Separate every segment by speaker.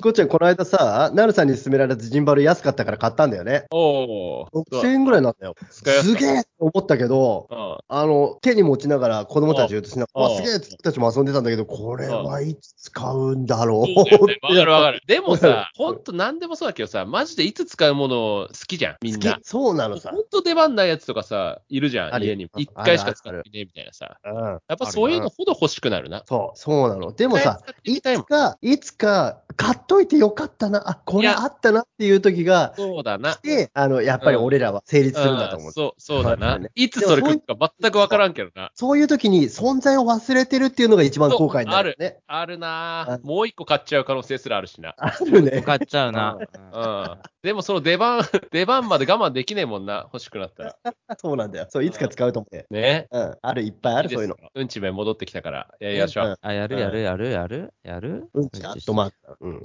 Speaker 1: こっちゃん、この間さ、なるさんに勧められたジンバル安かったから買ったんだよね。
Speaker 2: おお。
Speaker 1: 6000円ぐらいなんだよ。
Speaker 2: 使いやす
Speaker 1: す
Speaker 2: かっ
Speaker 1: げえって思ったけど、
Speaker 2: たうん
Speaker 1: あの、手に持ちながら子供たち言うとしながら、
Speaker 2: ああ
Speaker 1: わ、すげえって僕たちも遊んでたんだけど、これはいつ使うんだろう
Speaker 2: そうだよねわかるわか
Speaker 1: る。
Speaker 2: る。でもさ、ほんと何でもそうだけどさ、マジでいつ使うもの好きじゃん、みん
Speaker 1: 好
Speaker 2: な
Speaker 1: き。そうなのさ
Speaker 2: ほ。んと出番ないやつとかさ、いるじゃ
Speaker 1: あ
Speaker 2: ん、
Speaker 1: る
Speaker 2: 家に。
Speaker 1: ある
Speaker 2: 一回しか使ってねえみたいなさ。
Speaker 1: うん。
Speaker 2: やっぱそういうのほど欲しくなるな。
Speaker 1: そう、そうなの。でもさ、
Speaker 2: 一
Speaker 1: いつ
Speaker 2: 回使ってみたい
Speaker 1: か、いつか、買っといてよかったな、あ、こ
Speaker 2: い
Speaker 1: れ
Speaker 2: や
Speaker 1: あったなっていう時が、
Speaker 2: もんそうだな
Speaker 1: 来。て、あの、やっぱり俺らは成立するんだと思う。
Speaker 2: んそう、そうだ
Speaker 1: はいは
Speaker 2: ない
Speaker 1: ね。
Speaker 2: いつそれ来るか全くわからんけどな。
Speaker 1: そういう時に存在を忘れてるっていうのが一番後悔になるよね。
Speaker 2: あるな
Speaker 1: あ
Speaker 2: ぁ。もう一個買っちゃう可能性すらあるしな。
Speaker 1: あるね。
Speaker 3: 買っちゃうな。
Speaker 2: うん。でもその出番、 出番まで我慢できねえもんな。欲しくなったら。
Speaker 1: そうなんだよ。そう、いつか使うと思って。
Speaker 2: ね。
Speaker 1: うん。ある、いっぱいある、
Speaker 2: です
Speaker 1: そういうの。
Speaker 2: うんちめ戻ってきたから、やりましょう。
Speaker 3: あ、やるやるやるやるやる
Speaker 1: うん、うんちゃんとマーク。うん。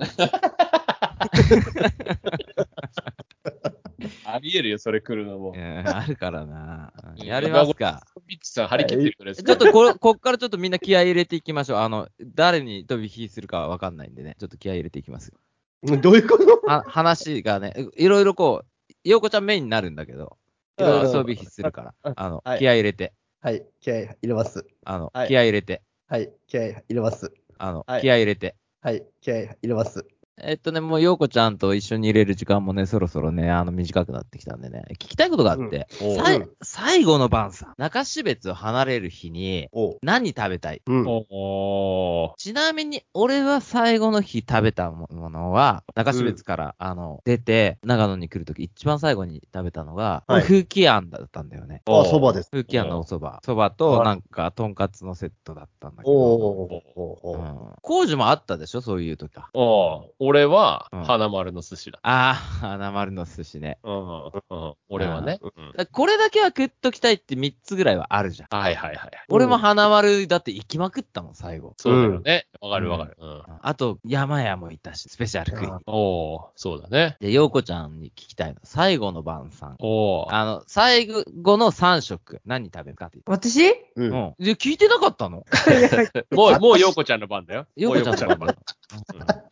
Speaker 2: ありえるよ、それ来るのも
Speaker 3: うん。あるからな。うんやりますか。
Speaker 2: ビッチさん、張り切ってる人です
Speaker 3: ちょっとこれ、こっからちょっとみんな気合い入れていきましょう。あの、誰に飛び火するかはわかんないんでね。ちょっと気合い入れていきます。
Speaker 1: うん どういうこと
Speaker 3: は話がね、いろいろこう、陽子ちゃんメインになるんだけど、いろいろ装備必するから、あの、
Speaker 1: はい
Speaker 3: 気合い入れて、
Speaker 1: はい、気合い入れます。
Speaker 3: あの、
Speaker 1: はい
Speaker 3: 気合い入れて、
Speaker 1: はい、気合い入れます。
Speaker 3: あの、
Speaker 1: はい
Speaker 3: 気合い入れて。
Speaker 1: はい、気合い入れます。
Speaker 3: えっとね、もう陽子ちゃんと一緒に入れる時間もね、そろそろね、あの、短くなってきたんでね、聞きたいことがあって、
Speaker 2: おう
Speaker 3: さい
Speaker 1: うん
Speaker 3: 最後の晩さ、中標別を離れる日に、
Speaker 1: おう。
Speaker 3: 何食べたい
Speaker 1: うん。
Speaker 2: お
Speaker 3: ちなみに、俺は最後の日食べたものは、中標津から、あの、出て、長野に来るとき、一番最後に食べたのが、
Speaker 1: はい
Speaker 3: 風紀庵だったんだよね。
Speaker 1: あ、そばです。
Speaker 3: 風紀庵のお蕎麦。蕎麦と、なんか、とんかつのセットだったんだけ
Speaker 1: お
Speaker 3: ど。
Speaker 1: おお
Speaker 3: う
Speaker 1: お
Speaker 3: ん工事もあったでしょそういう時は。
Speaker 2: おう俺は、
Speaker 3: うん
Speaker 2: 花丸の寿司だ。
Speaker 3: ああ、花丸の寿司ね。
Speaker 2: うん。うん俺はね。うん
Speaker 3: だこれだけは食っときたいって3つぐらいはあるじゃん。
Speaker 2: はいはいはい。
Speaker 3: 俺も花丸だって行きまくったもん、最後。
Speaker 2: そうだよね。わかるわかる。うん。
Speaker 3: あと、山屋もいたし、スペシャル食いに。
Speaker 2: おおそうだね。
Speaker 3: で、陽子ちゃんに聞きたいの。最後の晩餐。
Speaker 2: おお
Speaker 3: あの、最後の3食、何食べるかって言っ
Speaker 4: 私い
Speaker 1: うん
Speaker 3: て。うん。で、聞いてなかったの
Speaker 4: や
Speaker 2: もう、もう、ようこちゃんの番だよ。
Speaker 3: ようこちゃんの番
Speaker 2: もうようこちゃんの番。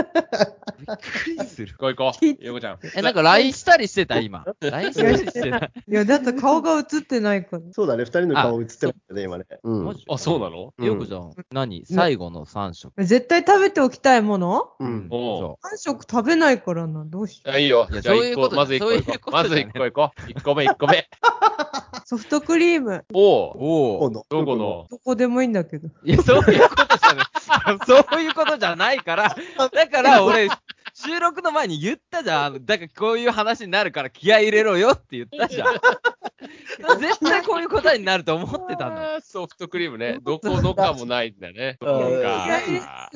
Speaker 3: びっくりす る。
Speaker 2: うん行こう行こう。ようこちゃん。
Speaker 3: え、なんか LINE したりしてた、今。LINE したりしてない。
Speaker 4: いや、だって顔が映ってないから。
Speaker 1: そうだね、二人の顔映ってますよね、今ね。うん。
Speaker 3: マジ
Speaker 2: あ、そうなの
Speaker 1: うん
Speaker 3: ようこちゃん、何最後の3食。
Speaker 4: 絶対食べておきたいもの
Speaker 1: うん。
Speaker 2: おう
Speaker 3: そ
Speaker 4: ?3 食食べないからな、どうしよ
Speaker 2: あいいよ
Speaker 3: い。や
Speaker 2: じゃあ、
Speaker 3: そうい
Speaker 2: 一
Speaker 3: うこ
Speaker 2: 個、
Speaker 3: と
Speaker 2: まず一個
Speaker 3: そうい
Speaker 2: 行
Speaker 3: う
Speaker 2: こ
Speaker 3: こ
Speaker 2: とう。まず一個行こう。一個目、一個目。
Speaker 4: う。ソフトクリーム、
Speaker 2: おお
Speaker 1: 今
Speaker 3: おう。
Speaker 1: 度。
Speaker 2: どこの
Speaker 4: どこでもいいんだけど。
Speaker 3: いや、そういうことじゃない。 そういうことじゃないから。だから、俺、収録の前に言ったじゃんあの。だから、こういう話になるから気合い入れろよって言ったじゃん。絶対こういう答えになると思ってたの。
Speaker 2: あーソフトクリームね。どこのかもないんだね。そ
Speaker 1: うん
Speaker 2: うか。